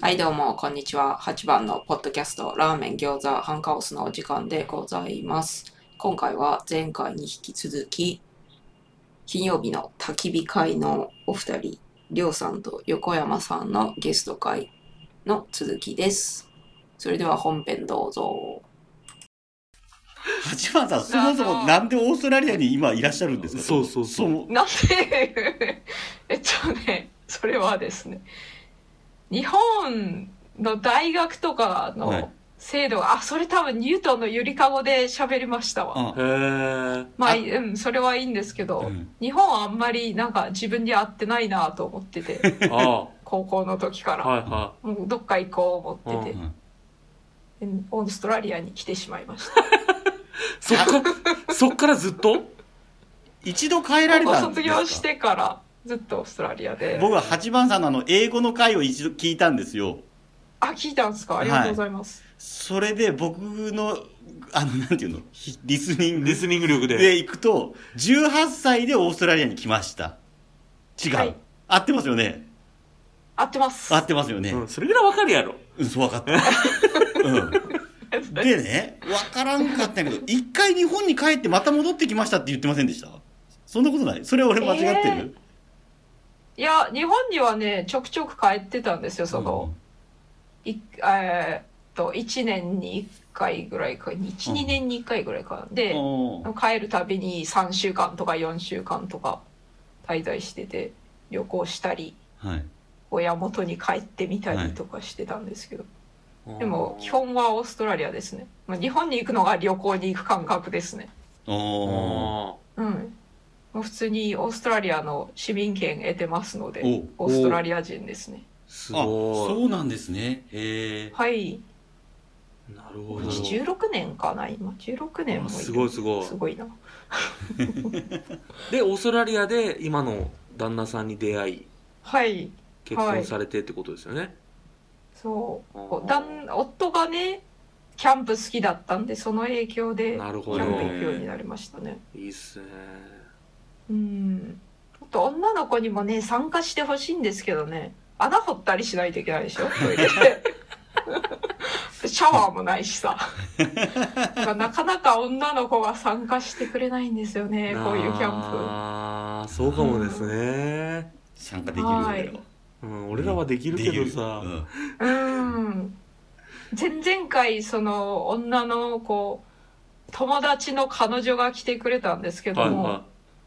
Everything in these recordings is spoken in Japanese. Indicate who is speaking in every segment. Speaker 1: はい、どうも、こんにちは。8番のポッドキャスト、ラーメン、餃子、ハンカオスのお時間でございます。今回は前回に引き続き、金曜日の焚き火会のお二人、りょうさんと横山さんのゲスト会の続きです。それでは本編どうぞ。
Speaker 2: 八幡さん、そもそもなんでオーストラリアに今いらっしゃるんですか
Speaker 3: そうそうそう
Speaker 2: の
Speaker 4: なんでえっとねそれはですね日本の大学とか
Speaker 2: はい
Speaker 4: の制度が、あそれ多分ニュートンのゆりかごで喋りました
Speaker 2: あ
Speaker 4: わ
Speaker 3: へえ。
Speaker 4: ま
Speaker 2: あ
Speaker 4: あうんそれはいいんですけど、
Speaker 2: うん
Speaker 4: 日本はあんまりなんか自分に合ってないなと思って て
Speaker 3: あ
Speaker 4: 高校の時か
Speaker 3: あ、
Speaker 4: ら
Speaker 3: はいは
Speaker 4: もうどっか行こう思ってて
Speaker 2: う、ん
Speaker 4: うんオーストラリアに来てしまいました
Speaker 3: い。そ っか、そっからずっと
Speaker 2: 一度帰られ
Speaker 4: 高校
Speaker 2: たんで
Speaker 4: 卒
Speaker 2: すか
Speaker 4: 業してからずっとオーストラリアで
Speaker 2: 僕は八幡さんのあの英語の回を一度聞いたんですよ
Speaker 4: あ聞いたんですかありがとうございます、
Speaker 2: それで僕のあのなんていうのひリスニング
Speaker 3: リスニング力で。
Speaker 2: で行くと18歳でオーストラリアに来ました違う、
Speaker 4: はい
Speaker 2: 合ってますよね
Speaker 4: 合ってます
Speaker 2: 合ってますよね、
Speaker 3: うん、それぐらいわかるやろ。
Speaker 2: うん、そう分か った、うん、でね分からんかったん やけど一回日本に帰ってまた戻ってきましたって言ってませんでしたそんなことないそれ俺間違ってる、
Speaker 4: いや、日本にはね、ちょくちょく帰ってたんですよ、その、いえーっと、1年に1回ぐらいか、1、
Speaker 2: うん
Speaker 4: 2年に1回ぐらいか。で、
Speaker 2: おー
Speaker 4: 帰るたびに3週間とか4週間とか滞在してて、旅行したり、
Speaker 2: はい
Speaker 4: 親元に帰ってみたりとかしてたんですけど、でも、基
Speaker 3: あ
Speaker 4: 本はオーストラリアですね。まあ、日本に行くのが旅行に行く感覚ですね。
Speaker 2: おー
Speaker 3: あ
Speaker 4: うん。もう普通にオーストラリアの市民権得てますので、
Speaker 2: お
Speaker 4: オーストラリア人ですね。
Speaker 3: ー。す
Speaker 2: あそ
Speaker 3: ご
Speaker 2: うなんですねへえ
Speaker 4: はい。
Speaker 3: い。なるほど。
Speaker 4: 16年かな今16年も
Speaker 3: あ
Speaker 4: いる
Speaker 3: すごいすごい
Speaker 4: すごいな
Speaker 3: で、オーストラリアで今の旦那さんに出会い、
Speaker 4: はい
Speaker 3: 結婚されてってことですよね。
Speaker 4: そう
Speaker 3: あー
Speaker 4: こう旦夫がねキャンプ好きだったんでその影響でキ
Speaker 3: なるほ
Speaker 4: ャ
Speaker 3: ど
Speaker 4: ンプ行くようになりましたね
Speaker 3: いいっすね。
Speaker 4: うんちょっと女の子にもね参加してほしいんですけどね穴掘ったりしないといけないでしょ トイレでシャワーもないし さだからなかなか女の子が参加してくれないんですよねこういうキャン
Speaker 3: ああ、そうかもですね。
Speaker 2: 参加できる
Speaker 4: はい
Speaker 2: それは
Speaker 3: うん、俺らはできるけどさ。
Speaker 2: できる
Speaker 4: プうん前々回その女の子友達の彼女が来てくれたんですけど
Speaker 3: はい
Speaker 4: も、
Speaker 3: は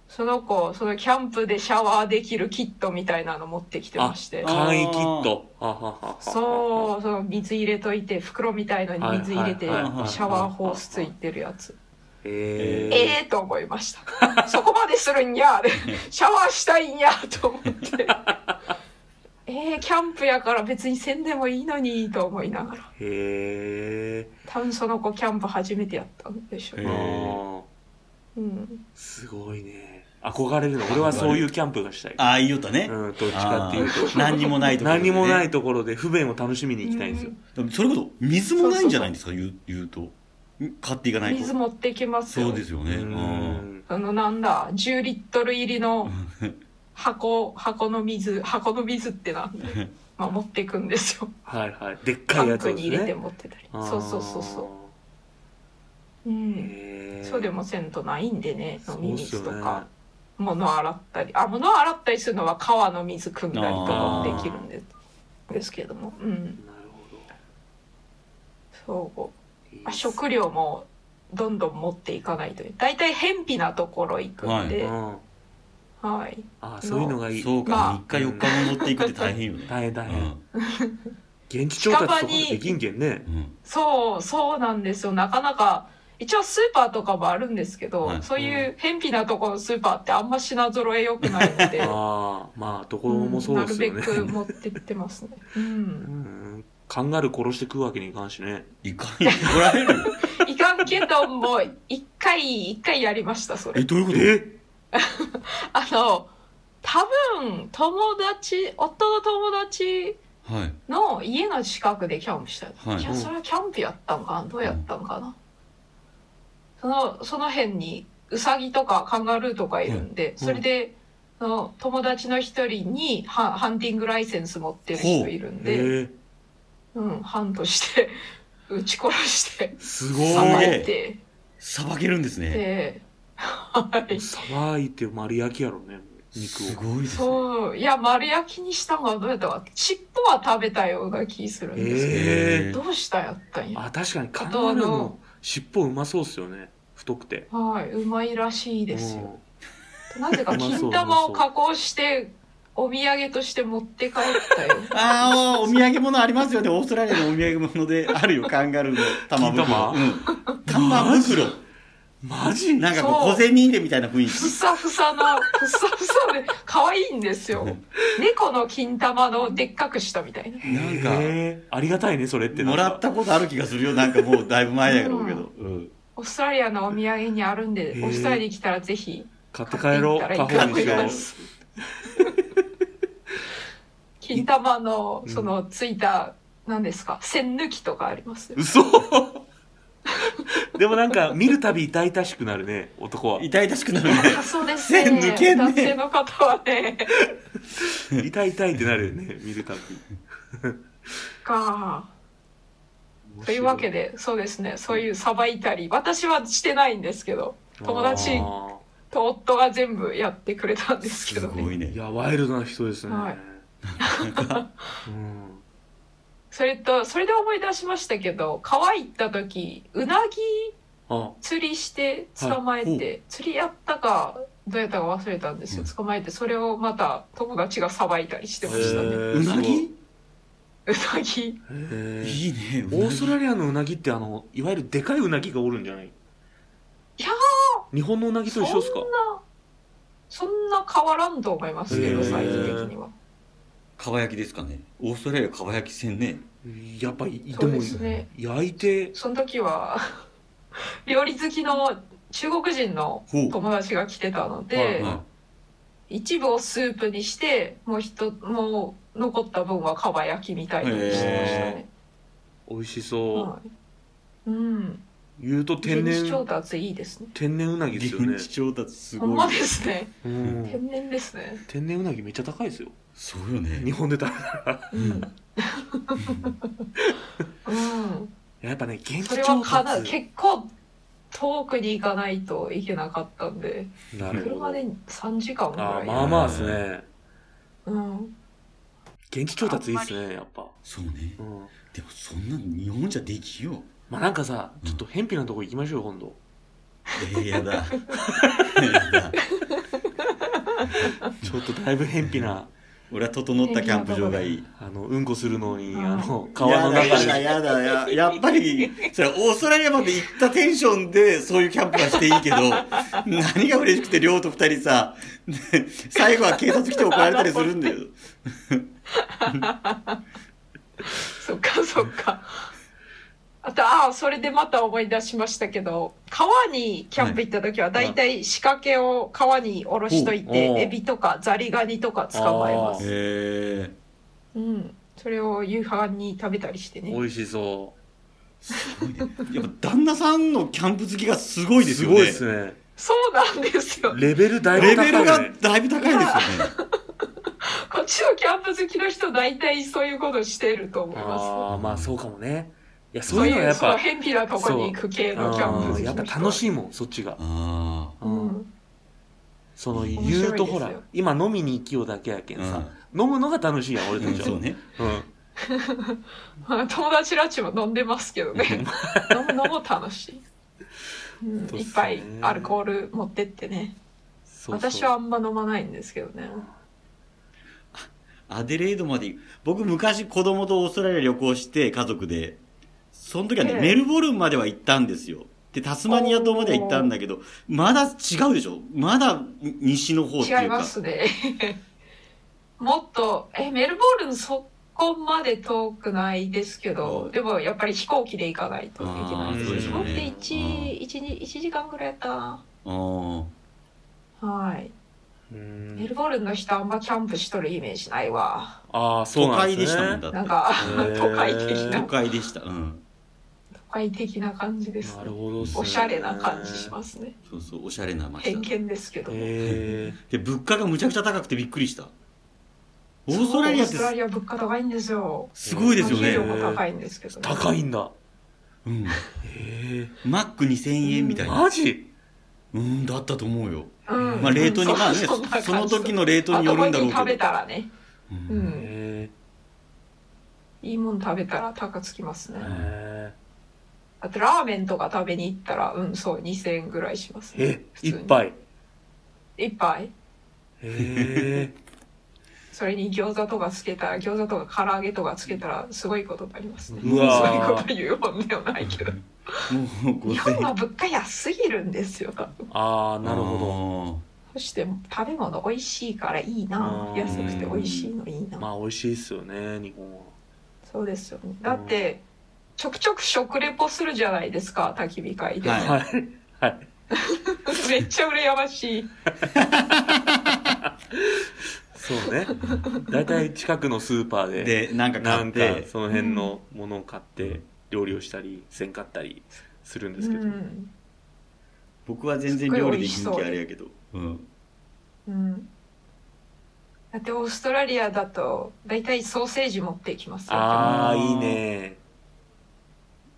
Speaker 4: その子そのキャンプでシャワーできるキットみたいなの持ってきてまして
Speaker 3: い。
Speaker 2: あ
Speaker 3: 簡易キット。はははは
Speaker 4: そうその水入れといて袋みたいのに水入れてシ
Speaker 3: はいはいはい
Speaker 4: ャワーホースついてるやつ
Speaker 3: え
Speaker 2: はい
Speaker 3: え
Speaker 4: ええと思いました そこまでするん やでシャワーしたいんやと思ってええキャンプやから別にせんでもいいのにと思いながら
Speaker 3: へ
Speaker 4: 多分その子キャンプ初めてやったんでしょう
Speaker 2: へ
Speaker 3: え
Speaker 2: ー
Speaker 4: ね、うん、
Speaker 3: すごいね憧れるの俺はそういうキャンプがしたい、
Speaker 2: ああ言いよったね、
Speaker 3: うん、どっちか
Speaker 2: あ
Speaker 3: っていう
Speaker 2: ー
Speaker 3: と
Speaker 2: 何にもないところで
Speaker 3: 何
Speaker 2: ね、
Speaker 3: にもないところで不便を楽しみに行きたいんですよ、
Speaker 2: でもそれこそ水もないんじゃないんですか言う言うとん買っていかないと
Speaker 4: 水持ってきますよ
Speaker 2: そうですよね
Speaker 3: う
Speaker 2: うん
Speaker 3: ん
Speaker 4: そのなんだ10リットル入りの箱箱の水箱の水ってなんで、まあ、持っていくんです よ
Speaker 3: はいはいでっ
Speaker 4: タ
Speaker 3: かいや
Speaker 4: ン
Speaker 3: つ
Speaker 4: ク
Speaker 3: をで
Speaker 4: に
Speaker 3: す
Speaker 4: 入れて
Speaker 3: ね
Speaker 4: 持ってたりそうそうそうそう、う、
Speaker 3: うんへえ
Speaker 4: そうでもせんとないんでね飲み水と
Speaker 3: そうっすよね
Speaker 4: か、物洗ったりあ物洗ったりするのは川の水汲んだりとかもできるんでですけども、うん、
Speaker 3: なるほ
Speaker 4: そう
Speaker 3: どいいっ
Speaker 4: あ
Speaker 3: す
Speaker 4: 食料もどんどん持っていかないと大体偏僻なところ行くん
Speaker 3: う
Speaker 4: で、はい
Speaker 3: んあそういうのがい い
Speaker 2: そうか、
Speaker 4: まあ
Speaker 2: 3日4日戻っていくって大変 よね
Speaker 3: 大変大変、
Speaker 2: う
Speaker 3: 現地調達とかできんけんね
Speaker 2: んうん
Speaker 4: そうそうなんですよなかなか一応スーパーとかもあるんですけど、
Speaker 2: はい
Speaker 4: そういう偏僻なところのスーパーってあんま品揃え良くないので、
Speaker 3: ああまあどこ
Speaker 4: うん
Speaker 3: もそうですよ
Speaker 4: な
Speaker 3: ね
Speaker 4: るべく持ってってますね、う、
Speaker 3: うんんカンガルー殺して食うわけにいかんしね
Speaker 2: いかんよ怒られるよ
Speaker 4: いかんけどもう一回一回やりましたそ
Speaker 2: え
Speaker 4: れ
Speaker 2: どういうこと
Speaker 4: あの多分友達夫の友達
Speaker 2: はい
Speaker 4: の家の近くでキャンプしたよ、
Speaker 2: はい
Speaker 4: い、やそれはキャンプやったんかなどうやったんかな、そのその辺にウサギとかカンガルーとかいるんで、それでその友達の一人にハハンティングライセンス持ってる人いるんで、
Speaker 3: え
Speaker 4: うん、ハントして、 撃ち殺して、
Speaker 3: す
Speaker 2: ごい
Speaker 4: さ
Speaker 2: おー
Speaker 4: ばいて、
Speaker 2: さばけるんですね。
Speaker 4: で、はい。
Speaker 3: さばいて丸焼きやろね肉
Speaker 2: す
Speaker 3: を
Speaker 2: ごいですね。
Speaker 4: そう、いや、丸焼きにしたのはどうやったか、尻尾は食べたような気するんですけ
Speaker 3: ええ
Speaker 2: ー
Speaker 4: ど、どうしたやったんや。
Speaker 3: あ確かにカ
Speaker 4: あ
Speaker 3: ンガル
Speaker 4: とあ
Speaker 3: ー
Speaker 4: の
Speaker 3: の尻尾うまそうっすよね太くて
Speaker 4: はい、うまいらしいですよ。なぜ
Speaker 3: う
Speaker 4: か
Speaker 3: まそ
Speaker 4: 金
Speaker 3: う
Speaker 4: 玉を加工して、お土産として持って帰った よ。
Speaker 2: ああ、お土産物ありますよね。オーストラリアのお土産物であるよ。カンガルーの玉袋。うん。玉袋。
Speaker 3: うんマジ
Speaker 2: なんか
Speaker 4: そ
Speaker 2: こう、
Speaker 4: う
Speaker 2: 小銭入れみたいな雰囲気。
Speaker 4: ふさふさの、ふさふさで、可愛いんですよ。猫の金玉のでっかくしたみたいな。
Speaker 2: なんか
Speaker 3: へーありがたいねそれって
Speaker 2: もらったことある気がするよ。なんかもう、だいぶ前やろうけど。うん。
Speaker 4: オーストラリアのお土産にあるんで
Speaker 3: へ、ー
Speaker 4: オーストラリアに来たらぜひ、
Speaker 3: 買って帰ろう
Speaker 4: 買
Speaker 3: 家
Speaker 4: っていったらい
Speaker 3: 宝
Speaker 4: いか
Speaker 3: にし
Speaker 4: と
Speaker 3: よ
Speaker 4: 思
Speaker 3: う
Speaker 4: います 金玉の、その、ついた、何ですか、線抜きとかありますよ。
Speaker 3: 嘘でもなんか見るたび痛々しくなるね男は
Speaker 2: 痛々しくなるね。
Speaker 4: あそうですね。
Speaker 2: 線抜けんね
Speaker 4: 男性の方はね、
Speaker 3: 痛い痛いってなるよね見るたび
Speaker 4: か。というわけで、そうですね、そういうさばいたり、私はしてないんですけど、友達
Speaker 3: あ
Speaker 4: と夫が全部やってくれたんですけ
Speaker 2: す
Speaker 4: どね。
Speaker 2: ごい
Speaker 3: ーい
Speaker 2: ね。
Speaker 3: やワイルドな人ですね、
Speaker 4: はい
Speaker 3: うん
Speaker 4: それと、それで思い出しましたけど、川行った時、うなぎ
Speaker 3: あ
Speaker 4: 釣りして捕まえて、
Speaker 2: はい
Speaker 4: 釣りやったか、どうやったか忘れたんですよ。
Speaker 2: うん
Speaker 4: 捕まえて、それをまた友達がさばいたりしてましたね。
Speaker 2: うなぎ
Speaker 4: うなぎ。
Speaker 3: へー
Speaker 2: いいね。
Speaker 3: オースト
Speaker 2: リ
Speaker 3: ラリアのうなぎってあのいわゆるでかいうなぎがおるんじゃないい
Speaker 4: や
Speaker 3: 日本のうなぎと一緒ですか
Speaker 4: そんな、そんな変わらんと思いますけ
Speaker 2: へ
Speaker 4: ど、
Speaker 2: ー
Speaker 4: サイズ的には。
Speaker 2: かば焼きですかね。オーストラリアかば焼きせんね。
Speaker 3: やっぱいで
Speaker 4: そう
Speaker 3: も
Speaker 4: ですね。
Speaker 3: 焼いて
Speaker 4: その時は 料理好きの中国人の
Speaker 2: ほう。
Speaker 4: 友達が来てたので、
Speaker 3: はい
Speaker 2: は
Speaker 4: 一部をスープにしてもうひともう残った分はかば焼きみたいにしてましたね。
Speaker 3: 美味しそう、
Speaker 4: はいうん、
Speaker 3: 言うと天
Speaker 4: 現地調
Speaker 3: 然
Speaker 4: 達いいですね。
Speaker 3: 天然うなぎですよね
Speaker 2: 現地調達す
Speaker 4: ほ
Speaker 2: ご
Speaker 4: ん
Speaker 2: い。
Speaker 4: まですね。
Speaker 3: う ん
Speaker 4: 天然ですね。
Speaker 3: 天然うなぎめっちゃ高いですよ
Speaker 2: そうよ
Speaker 3: 日
Speaker 2: ね。
Speaker 3: 本で食べたら
Speaker 4: うん、うん、
Speaker 3: やっぱね現地
Speaker 4: それは
Speaker 3: 調
Speaker 4: かな
Speaker 3: 達
Speaker 4: 結構遠くに行かないといけなかったんで、
Speaker 3: なるほど
Speaker 4: 車で3時間ぐ
Speaker 3: あ
Speaker 4: ら
Speaker 3: ー
Speaker 4: い。
Speaker 3: まあまあですね
Speaker 4: うん。
Speaker 3: 現地調達いいですねやっぱ、
Speaker 2: そうね
Speaker 3: う。ん、
Speaker 2: でもそんなの日本じゃできよう。
Speaker 3: まあなんかさちょっと偏僻なとこ行きましょう今度
Speaker 2: えー、やだ。やだ。
Speaker 3: ちょっとだいぶ偏僻な
Speaker 2: 俺は整ったキャンプ場がいい。
Speaker 3: あのうんこするのに
Speaker 4: うん
Speaker 3: あの川の
Speaker 2: や
Speaker 3: 中
Speaker 2: だや
Speaker 3: で
Speaker 2: だやだややっぱりそれオーストラリアまで行ったテンションでそういうキャンプはしていいけど何が嬉しくて亮と二人さで最後は警察来て怒られたりするんだよ
Speaker 4: そっかそっか。あと、ああ、それでまた思い出しましたけど、川にキャンプ行った時は大体仕掛けを川に下ろしといて、
Speaker 3: おうおう
Speaker 4: エビとかザリガニとか捕まえま
Speaker 3: へ
Speaker 4: す。
Speaker 2: へえ
Speaker 4: うん。それを夕飯に食べたりしてね。
Speaker 3: 美味しそ
Speaker 2: やっぱ旦那さんのキャンプ好きがすご
Speaker 3: う
Speaker 2: いです
Speaker 3: す
Speaker 2: よ
Speaker 3: ごい
Speaker 2: ね
Speaker 3: ですね
Speaker 4: そうなんですよ。
Speaker 3: レベルだい
Speaker 2: レ
Speaker 3: ぶ高
Speaker 2: ベ
Speaker 3: い
Speaker 2: ルが
Speaker 3: ね
Speaker 2: だいぶ高いですよね
Speaker 4: こっちのキャンプ好きの人大体そういうことしてると思います。
Speaker 3: ああまあそうかもねいやそ
Speaker 4: そうう
Speaker 3: いうのは
Speaker 4: いう、
Speaker 3: やっ
Speaker 4: その
Speaker 3: ぱ
Speaker 4: 偏僻なとこに行く系のキャンプ好
Speaker 3: う
Speaker 4: きの
Speaker 3: んやっ
Speaker 4: 人
Speaker 3: ぱ
Speaker 4: は。
Speaker 3: 楽しいもんそっちが
Speaker 2: あ
Speaker 4: う
Speaker 3: うん
Speaker 4: ん。
Speaker 3: その
Speaker 4: 面白いです
Speaker 3: 言う
Speaker 4: よ
Speaker 3: とほら今飲みに行きようだけやけんさ
Speaker 2: あ
Speaker 3: 飲むのが楽しいやん俺
Speaker 2: うん
Speaker 3: たち
Speaker 2: そう
Speaker 3: は
Speaker 2: ね
Speaker 3: うん
Speaker 4: まあ友達らちも飲んでますけどね飲むのも楽しい、うん
Speaker 3: そう
Speaker 4: い
Speaker 3: っすね
Speaker 4: っぱいアルコール持ってってね
Speaker 3: そうそう
Speaker 4: 私はあんま飲まないんですけどね
Speaker 2: アデレードまで行く僕昔子供とオーストラリア旅行して家族でその時はね、
Speaker 4: ええ
Speaker 2: メルボルンまでは行ったんですよでタスマニア島までは行ったんだけどまだ違うでしょまだ西の方って
Speaker 4: 違
Speaker 2: い
Speaker 4: いう
Speaker 2: か
Speaker 4: ますね もっとえメルボルンそこまで遠くないですけ
Speaker 2: う
Speaker 4: ど
Speaker 2: ん
Speaker 4: でもやっぱり飛行機で行かないといけない
Speaker 3: あーそうで
Speaker 4: 飛
Speaker 3: す
Speaker 4: 行
Speaker 3: よ
Speaker 4: 機で
Speaker 3: ね
Speaker 4: 1, 一二一時間ぐらいやったな
Speaker 2: あ
Speaker 4: はい
Speaker 3: うん
Speaker 4: メルボルンの人あんまキャンプしとるイメージないわ
Speaker 3: あ
Speaker 2: 都
Speaker 3: あそうなん
Speaker 2: 会
Speaker 3: で
Speaker 2: でし
Speaker 3: す
Speaker 2: たもん
Speaker 3: ね
Speaker 2: だって
Speaker 4: なんか
Speaker 3: へー
Speaker 4: 都会的な
Speaker 2: 都会でしたうん
Speaker 4: 都会的な感じです
Speaker 3: なるほどっすね
Speaker 4: おしゃれな感じしますね。
Speaker 2: そうそうおしゃれな街だ
Speaker 4: 偏見ですけど。
Speaker 3: へえ
Speaker 2: で物価がむちゃくちゃ高くてびっくりしたオオーストラリアっ
Speaker 4: そ
Speaker 2: て
Speaker 4: うオーストラリア物価高いんですよ。
Speaker 2: すごいですよ
Speaker 4: 給料
Speaker 2: ね。
Speaker 4: も高いんですけど、ね。
Speaker 3: 高いんだ。
Speaker 2: うん。
Speaker 3: へ
Speaker 2: マック2000円みた
Speaker 3: え。
Speaker 2: いな。
Speaker 3: マジ
Speaker 2: うん、だったと思うよ。
Speaker 4: うん
Speaker 2: まあ、冷凍に、まあ ね、
Speaker 4: う
Speaker 2: そその時の冷凍によるんだろう
Speaker 4: まともに食
Speaker 2: け
Speaker 4: べ
Speaker 2: ど。
Speaker 4: たらね、
Speaker 2: う
Speaker 4: うんん、
Speaker 3: へ
Speaker 4: いいもん食べたら高つきますね
Speaker 3: え。へ
Speaker 4: あとラーメンとか食べに行ったらうんそう2000円ぐらいします
Speaker 3: え。え、
Speaker 4: 普通
Speaker 3: 一
Speaker 4: に
Speaker 3: 杯。
Speaker 4: 一杯
Speaker 3: へえ。
Speaker 4: それに餃子とかつけたら餃子とか唐揚げとかつけたらすごいことになりますね
Speaker 3: う
Speaker 4: そう
Speaker 3: わ
Speaker 4: いう
Speaker 3: ー
Speaker 4: こと言うもんではないけど
Speaker 2: もう
Speaker 4: 日
Speaker 2: 5000
Speaker 4: 本
Speaker 2: 円。
Speaker 4: は物価安すぎるんですよ多分
Speaker 3: ああ、なるほ
Speaker 4: そして食べ物美味しいからいいな
Speaker 3: うん
Speaker 4: 安くて美味しいのいい
Speaker 3: ど。
Speaker 4: な
Speaker 3: まあ、美味しいっすよね、日本は。
Speaker 4: そうですよねだってちょくちょく食レポするじゃないですか焚き火会で、
Speaker 2: はい
Speaker 3: はい。はい。
Speaker 4: めっちゃ羨ましい
Speaker 3: そ うね。大体近くのスーパー
Speaker 2: あー
Speaker 3: で。
Speaker 2: で、なんか
Speaker 3: な
Speaker 2: 買っ
Speaker 3: んで
Speaker 2: て、
Speaker 3: その辺のものを買って料理をしたりせんかったりするんですけど、
Speaker 4: うん
Speaker 2: 僕は全然料理で人気あれやけど。うん。
Speaker 4: うんだってオーストラリアだと大体ソーセージ持っていきますよ
Speaker 3: ああ
Speaker 2: あー
Speaker 3: いいね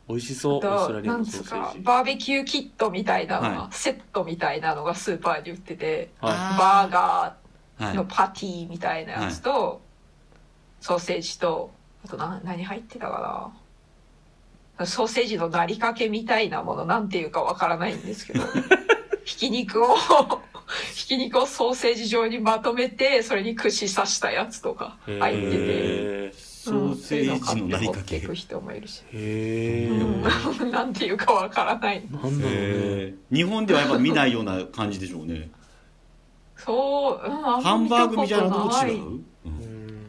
Speaker 3: 美味しそうオースト
Speaker 4: と
Speaker 3: ラリア
Speaker 4: なん
Speaker 3: の
Speaker 4: つ
Speaker 3: ソ
Speaker 4: う
Speaker 3: ーセー
Speaker 4: か
Speaker 3: ジ
Speaker 4: バーベキューキットみたいなのが、
Speaker 2: は
Speaker 4: セットみたいなのがスーパーに売ってて
Speaker 3: は
Speaker 4: バーガ
Speaker 2: は
Speaker 4: ー
Speaker 2: い
Speaker 4: の。パティみたいなやつと、ソーセージとあとな何入ってたかなソーセージのなりかけみたいなものなんていうかわからないんです けどひき肉を ひき肉をソーセージ状にまとめてそれに串刺したやつとか
Speaker 3: い
Speaker 4: 入ってて。
Speaker 3: へ
Speaker 2: ソーセージのなりかけ。
Speaker 4: 行く人もいるし、
Speaker 3: ーへ
Speaker 4: う
Speaker 3: ー
Speaker 4: ん、 なんていうかわからない
Speaker 3: なんだろうね
Speaker 2: へー日本ではやっぱ見ないような感じでしょうね。
Speaker 4: そう、うん、
Speaker 2: ハ
Speaker 4: あん
Speaker 2: ンバ
Speaker 4: ま
Speaker 2: ーグ
Speaker 4: 見たこ
Speaker 2: みたいな
Speaker 4: と
Speaker 2: のと
Speaker 4: ない
Speaker 2: 違ううん
Speaker 3: うん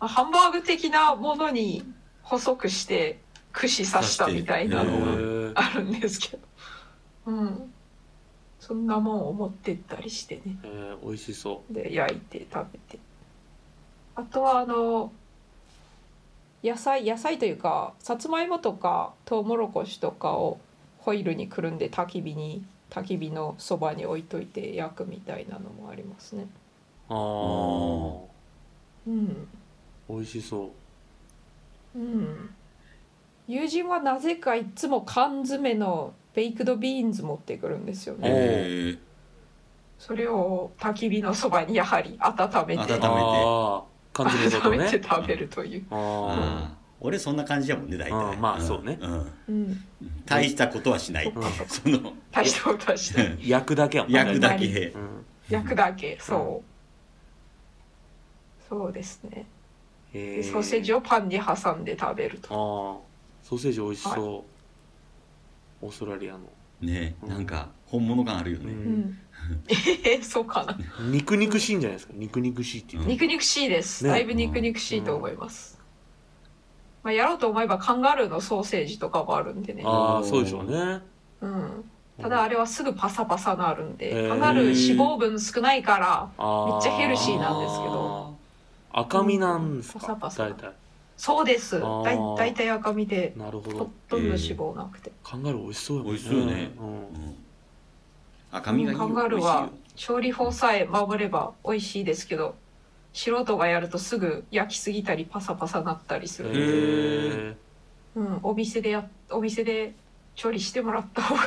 Speaker 4: あハンバーグ的なものに細くして串刺したみたいな
Speaker 2: あ
Speaker 4: の
Speaker 2: の
Speaker 4: が
Speaker 3: へー
Speaker 4: あるんですけど、うん、そんなもんを持ってったりしてね
Speaker 3: えー美味しそ
Speaker 4: で焼いて食べてあとはあの野菜野菜というかさつまいもとかとうもろこしとかをホイルにくるんで焚き火に焚き火のそばに置いといて焼くみたいなのもありますね。
Speaker 3: うあ
Speaker 4: うん
Speaker 3: あ美味しそう
Speaker 4: うん、友人はなぜかいつも缶詰のベイクドビーンズ持ってくるんですよ
Speaker 3: お
Speaker 4: ね。
Speaker 2: へ
Speaker 4: それを焚き火のそばにやはり温めて
Speaker 2: 温めて
Speaker 3: ああ缶詰だと
Speaker 4: 温め
Speaker 3: ね
Speaker 4: て食べるという。
Speaker 2: ー
Speaker 3: あ
Speaker 2: あー俺そんな感じやもんね、大
Speaker 3: あ
Speaker 2: 体。
Speaker 3: ーまあ
Speaker 2: ん
Speaker 3: そうね
Speaker 2: うん
Speaker 4: うん
Speaker 2: 大したことはしないっていう
Speaker 3: うん
Speaker 2: その、
Speaker 4: 大したことはしてない
Speaker 3: ー焼くだけやもんね
Speaker 2: 焼くだけ
Speaker 3: う。ん
Speaker 4: 焼くだけそうそうですね
Speaker 3: へ
Speaker 4: でソーセージをパンに挟んで食べると
Speaker 3: ああソーセージ美味しそう、オーストラリアの、
Speaker 2: ねなんか、本物感あるよね。
Speaker 4: うん えーそうかな
Speaker 3: 肉肉しいんじゃないですか肉肉しいっていうか、
Speaker 4: 肉肉しいです
Speaker 3: ね
Speaker 4: だいぶ肉肉しいと思いますまあやろうと思えばカンガルーのソーセージとかもあるんでね
Speaker 3: ああそうでしょうね
Speaker 4: うんただあ
Speaker 3: れ
Speaker 4: れはすぐパサパサなるん
Speaker 3: へ
Speaker 4: で
Speaker 3: ー
Speaker 4: カンガルー脂肪分少ないからめっちゃヘルシーなんですけ
Speaker 2: ど
Speaker 3: 赤身なんですか、
Speaker 4: うんパサパサ
Speaker 3: 大体
Speaker 4: そうです
Speaker 3: あ
Speaker 4: だい
Speaker 3: ー
Speaker 4: 大体赤身で
Speaker 3: なるほ
Speaker 4: ほ
Speaker 3: ど
Speaker 4: とんど脂肪なくて
Speaker 3: カンガルー美味しそうやもん
Speaker 2: 美味しそうよね
Speaker 3: うん
Speaker 2: 赤身がいいよ
Speaker 4: カンガルーは調理法さえ守れば美味しいですけど素人がやるとすぐ焼きすぎたりパサパサなったりするんで、
Speaker 3: へ
Speaker 4: うん、お店でやお店で調理してもらった方
Speaker 2: あ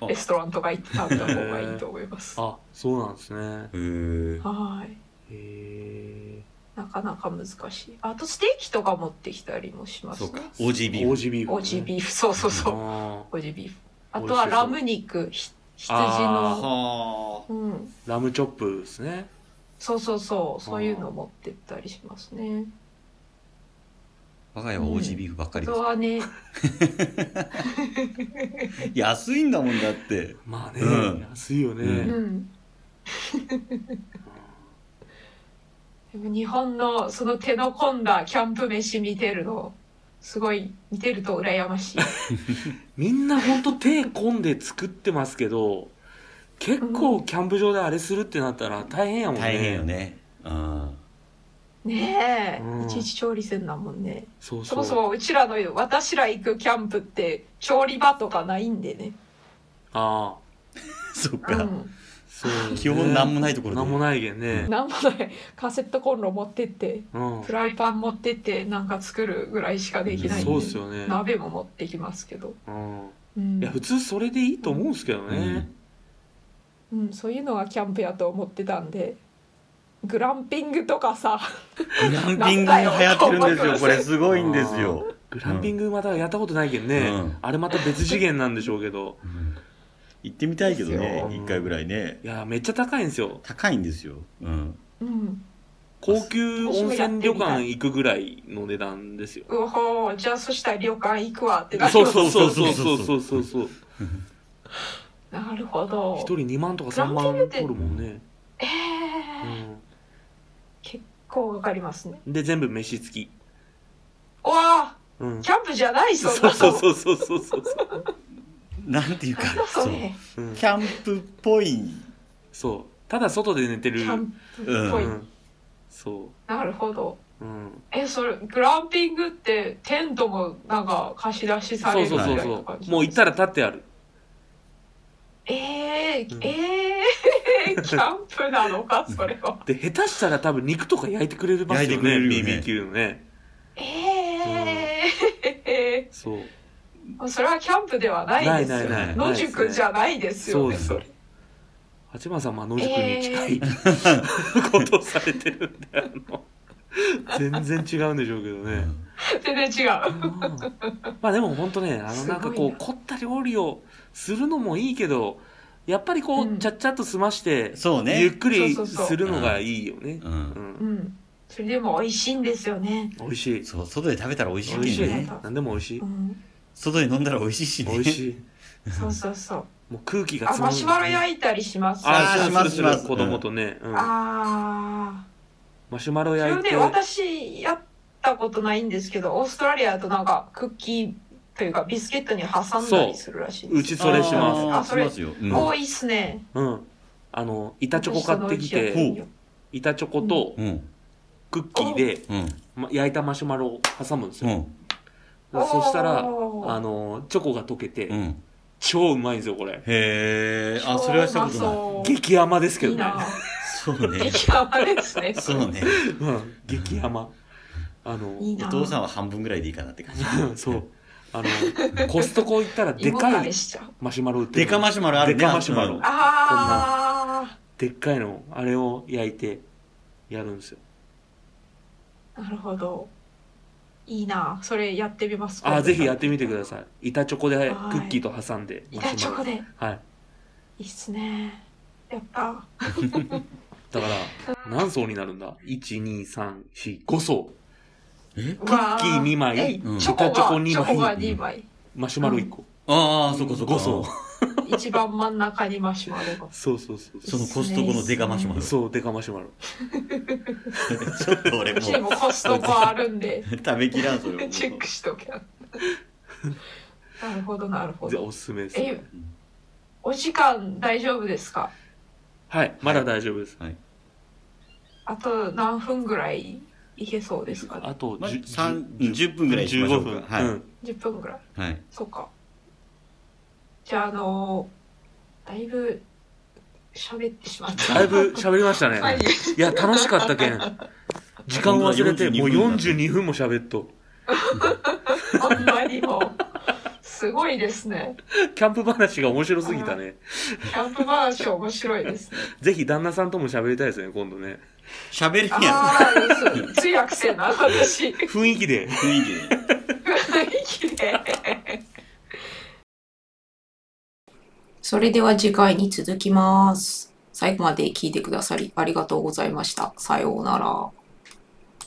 Speaker 4: がレストランとか行って食べた方がいいと思います
Speaker 3: ーあそうなんですね
Speaker 2: 美味しいよへー
Speaker 4: はい
Speaker 3: へ
Speaker 4: なかなか難しいあとステーキとか持ってきたりもします
Speaker 2: そうか
Speaker 4: ね
Speaker 2: OGB
Speaker 3: ーオージービーフ、
Speaker 4: オージービーフそうそうそう
Speaker 3: あ
Speaker 4: オージービーフあとはラム肉ひ羊
Speaker 3: あ
Speaker 4: の
Speaker 2: はあ
Speaker 4: うん
Speaker 3: ーラムチョップですね
Speaker 4: そうそうそうそういうの持ってったりしますね
Speaker 2: 我が家はオージービーフばっか
Speaker 4: あ
Speaker 2: りで
Speaker 4: とはね
Speaker 2: す安いんだもんだって
Speaker 3: まあね、
Speaker 2: うん
Speaker 3: 安いよね、
Speaker 2: うん
Speaker 4: うん、でも日本のその手の込んだキャンプ飯見てるのすごい見てると羨ましい
Speaker 3: みんなほんと手込んで作ってますけど結構キャンプ場であれするってなったら大変やもんね
Speaker 2: 大変よねうん
Speaker 4: ねえ、
Speaker 3: うん
Speaker 4: いちいち調理せんなもんね
Speaker 3: そうそ
Speaker 4: そうもそもうちらの私ら行くキャンプって調理場とかないんでね、
Speaker 3: ああ
Speaker 2: そっ
Speaker 4: う
Speaker 2: か
Speaker 4: ん、
Speaker 3: そうだ ね、
Speaker 2: 基本なんもないところで
Speaker 3: なんもないけんね、
Speaker 4: なんもないカセットコンロ持ってって
Speaker 3: うん
Speaker 4: フライパン持ってってなんか作るぐらいしかできないんで
Speaker 3: そうっすよね、
Speaker 4: 鍋も持ってきますけど、
Speaker 3: うん、
Speaker 4: うん
Speaker 3: いや普通それでいいと思うんですけどね、
Speaker 4: うん、そういうのがキャンプやと思ってたんでグランピングとかさ
Speaker 2: グランピングも流行ってるんですよこれすごいんですよ、
Speaker 3: グランピングまだやったことないけんね、
Speaker 2: うん
Speaker 3: あれまた別次元なんでしょうけど
Speaker 2: 行ってみたいけど
Speaker 4: です
Speaker 2: ね
Speaker 4: よ
Speaker 2: 一回ぐらいね
Speaker 3: いやめっちゃ高いんですよ
Speaker 2: 高いんですよ、うん、
Speaker 4: うん
Speaker 3: 高級温泉旅館行くぐらいの値段ですよ
Speaker 4: うほーじゃあそしたら旅館行くわってなる
Speaker 3: そうそうそうそうそうそうそうそう
Speaker 4: なるほ
Speaker 3: 一
Speaker 4: ど
Speaker 3: 人2万とか3万取るもんね、
Speaker 4: ええー、結構わかりますね
Speaker 3: うん、で全部飯付き、
Speaker 4: うわ
Speaker 3: うん、
Speaker 4: ーキャンプじゃないそん
Speaker 3: そ
Speaker 4: な
Speaker 3: うそうそうそうそうそう
Speaker 2: なんていうか
Speaker 4: なんだそ
Speaker 2: そう
Speaker 4: れ
Speaker 3: う、ん
Speaker 2: キ、ャンプっぽい、
Speaker 3: そうただ外で寝て
Speaker 4: キ
Speaker 3: る
Speaker 4: ャン
Speaker 2: う
Speaker 4: プっぽい、
Speaker 3: うん、そ
Speaker 4: なるほど
Speaker 3: う、うん、
Speaker 4: えそれグランピングってテントもなんか貸し出しさ
Speaker 3: そ
Speaker 4: れる
Speaker 3: うそ
Speaker 4: み
Speaker 3: う
Speaker 4: た
Speaker 3: そ
Speaker 4: いうな
Speaker 3: そ
Speaker 4: 感
Speaker 3: う
Speaker 4: じ
Speaker 3: もう行ったら立ってある
Speaker 4: えー
Speaker 3: うん
Speaker 4: えーキャンプなのかそれは
Speaker 3: で下手したら多分肉とか焼いてくれるますよ
Speaker 2: 焼
Speaker 3: ね
Speaker 2: いてくれるよね
Speaker 3: BBQ のね
Speaker 4: ええ
Speaker 3: そう
Speaker 4: ーそれはキャンプではないですよ
Speaker 3: ないないない
Speaker 4: 野宿じゃないです
Speaker 3: そ
Speaker 4: よ
Speaker 3: う
Speaker 4: ね
Speaker 3: です
Speaker 4: そ
Speaker 3: よ
Speaker 4: れ
Speaker 3: 八幡さんまあ野宿に近い、
Speaker 4: え
Speaker 3: ことをされてるんであの全然違うんでしょうけど
Speaker 2: う
Speaker 3: ね、
Speaker 2: ん
Speaker 4: 全然違う
Speaker 3: うんまあでも本当ねあの
Speaker 4: すごい
Speaker 3: な
Speaker 4: なん
Speaker 3: かこう凝った料理をするのもいいけどやっぱりこう、
Speaker 4: うん
Speaker 3: ちゃっちゃっと済まして
Speaker 2: そうね
Speaker 3: ゆっくり
Speaker 4: そうそうそう
Speaker 3: するのがいいよね
Speaker 2: う、
Speaker 3: うんん
Speaker 4: うんそれでも美味しいんですよね
Speaker 3: 美味しい
Speaker 2: そう外で食べたら美味し
Speaker 3: 美味
Speaker 2: い
Speaker 3: し
Speaker 2: け
Speaker 3: い
Speaker 2: どね
Speaker 4: ね
Speaker 3: 何でも美味しい
Speaker 4: うん
Speaker 2: 外で飲んだら美味しいしね
Speaker 3: 美 味しい
Speaker 4: そうそうそう
Speaker 3: もう空気が
Speaker 4: あマシュマロ焼いたりします
Speaker 3: あ
Speaker 2: あーし
Speaker 3: あし
Speaker 2: ま
Speaker 3: ま
Speaker 2: す
Speaker 3: すす
Speaker 2: しま
Speaker 3: る
Speaker 2: す
Speaker 3: 子供とね、うん、
Speaker 4: あ
Speaker 3: マシュマロ
Speaker 4: ーそ
Speaker 3: 焼い
Speaker 4: れ
Speaker 3: て
Speaker 4: で私やったことないんですけどオーストラリアだとなんかクッキーというかビスケットに挟んだりするらしいん
Speaker 3: う
Speaker 4: です
Speaker 3: ちそれします
Speaker 2: あー
Speaker 4: あそれ
Speaker 2: しますよ、うん
Speaker 4: 多いっすね
Speaker 3: うんあの板チョコ買ってき
Speaker 4: 私その
Speaker 3: て
Speaker 4: うちやっ
Speaker 3: 板チョコと
Speaker 2: うん
Speaker 3: クッキーで、
Speaker 2: うん
Speaker 3: ま、焼いたマシュマロを挟むんです
Speaker 2: う
Speaker 3: よ、
Speaker 2: ん
Speaker 4: おー
Speaker 3: そしたらあのチョコが溶けて、
Speaker 2: うん
Speaker 3: 超うまいんですよこれ
Speaker 2: へえあそれはしたことない
Speaker 4: い
Speaker 3: 激甘ですけ
Speaker 4: い
Speaker 3: ど
Speaker 4: い
Speaker 3: ね
Speaker 4: な
Speaker 2: そうね
Speaker 4: 激甘ですね
Speaker 2: そうね
Speaker 3: うん激甘あの
Speaker 4: いい
Speaker 2: お
Speaker 4: な
Speaker 2: 父さんは半分ぐらいでいいかなって感じ
Speaker 3: そうあのコストコ行ったらで
Speaker 4: 芋
Speaker 3: か
Speaker 4: 返
Speaker 3: い
Speaker 4: しちゃう
Speaker 3: マシュマロ売って
Speaker 2: デ
Speaker 3: る
Speaker 2: カマシュマロあるね
Speaker 3: デカマシュマロ
Speaker 2: うん
Speaker 4: あ
Speaker 3: でっかいのあれを焼いてやるんですよ
Speaker 4: あなるほどいいなそれやってみます
Speaker 3: あーぜひやってみてください板チョコでクッキーと挟んで
Speaker 4: 板チョコでい
Speaker 3: はい
Speaker 4: いっすねやった
Speaker 3: だから何層になるんだ12345層
Speaker 2: え
Speaker 3: クッキー2
Speaker 4: え
Speaker 3: 枚
Speaker 2: うん
Speaker 4: チョコが
Speaker 3: チョコ二枚
Speaker 4: チョコが2枚
Speaker 3: マシュマロ1個、
Speaker 2: ああそこそこ
Speaker 3: 五層
Speaker 4: 一番真ん中にマシュマ ロが
Speaker 3: そうそうそう
Speaker 2: そのコストコのデカマシュマロ
Speaker 3: そうデカマシュマロ
Speaker 2: ちょっと俺も
Speaker 4: う
Speaker 2: う
Speaker 4: ちにもコストコあるんで
Speaker 2: 食べきらんそれも
Speaker 4: チェックしとけなるほどなるほ
Speaker 3: で
Speaker 4: ど
Speaker 3: おすすめです
Speaker 4: えお時間大丈夫ですか
Speaker 3: はいまだ大丈夫です
Speaker 4: あと何分ぐらいいけそうですか、ね、
Speaker 3: あと
Speaker 2: まあ
Speaker 3: じゅ
Speaker 2: 三うん10分ぐらいにしましょ
Speaker 3: 15
Speaker 2: うか
Speaker 3: 分
Speaker 2: はい
Speaker 3: うん
Speaker 4: 10分ぐらい
Speaker 2: はい
Speaker 4: そうかじゃああのーだいぶ喋ってしまった
Speaker 3: だいぶ喋りましたね、
Speaker 4: はい
Speaker 3: い、や楽しかったけん時間を忘れてもう42分も喋っと
Speaker 4: ほんまにもうすごいですね
Speaker 3: キャンプ話が面白すぎたね
Speaker 4: キャンプ話面白いですね。
Speaker 3: ぜひ旦那さんとも喋りたいですね今度ね
Speaker 2: 喋れるやん
Speaker 4: ああ、そう通訳せな、私。雰
Speaker 3: 雰囲気で
Speaker 2: 雰囲気で
Speaker 4: 囲気で。
Speaker 1: それでは次回に続きます。最後まで聞いてくださりありがとうございました。さようなら。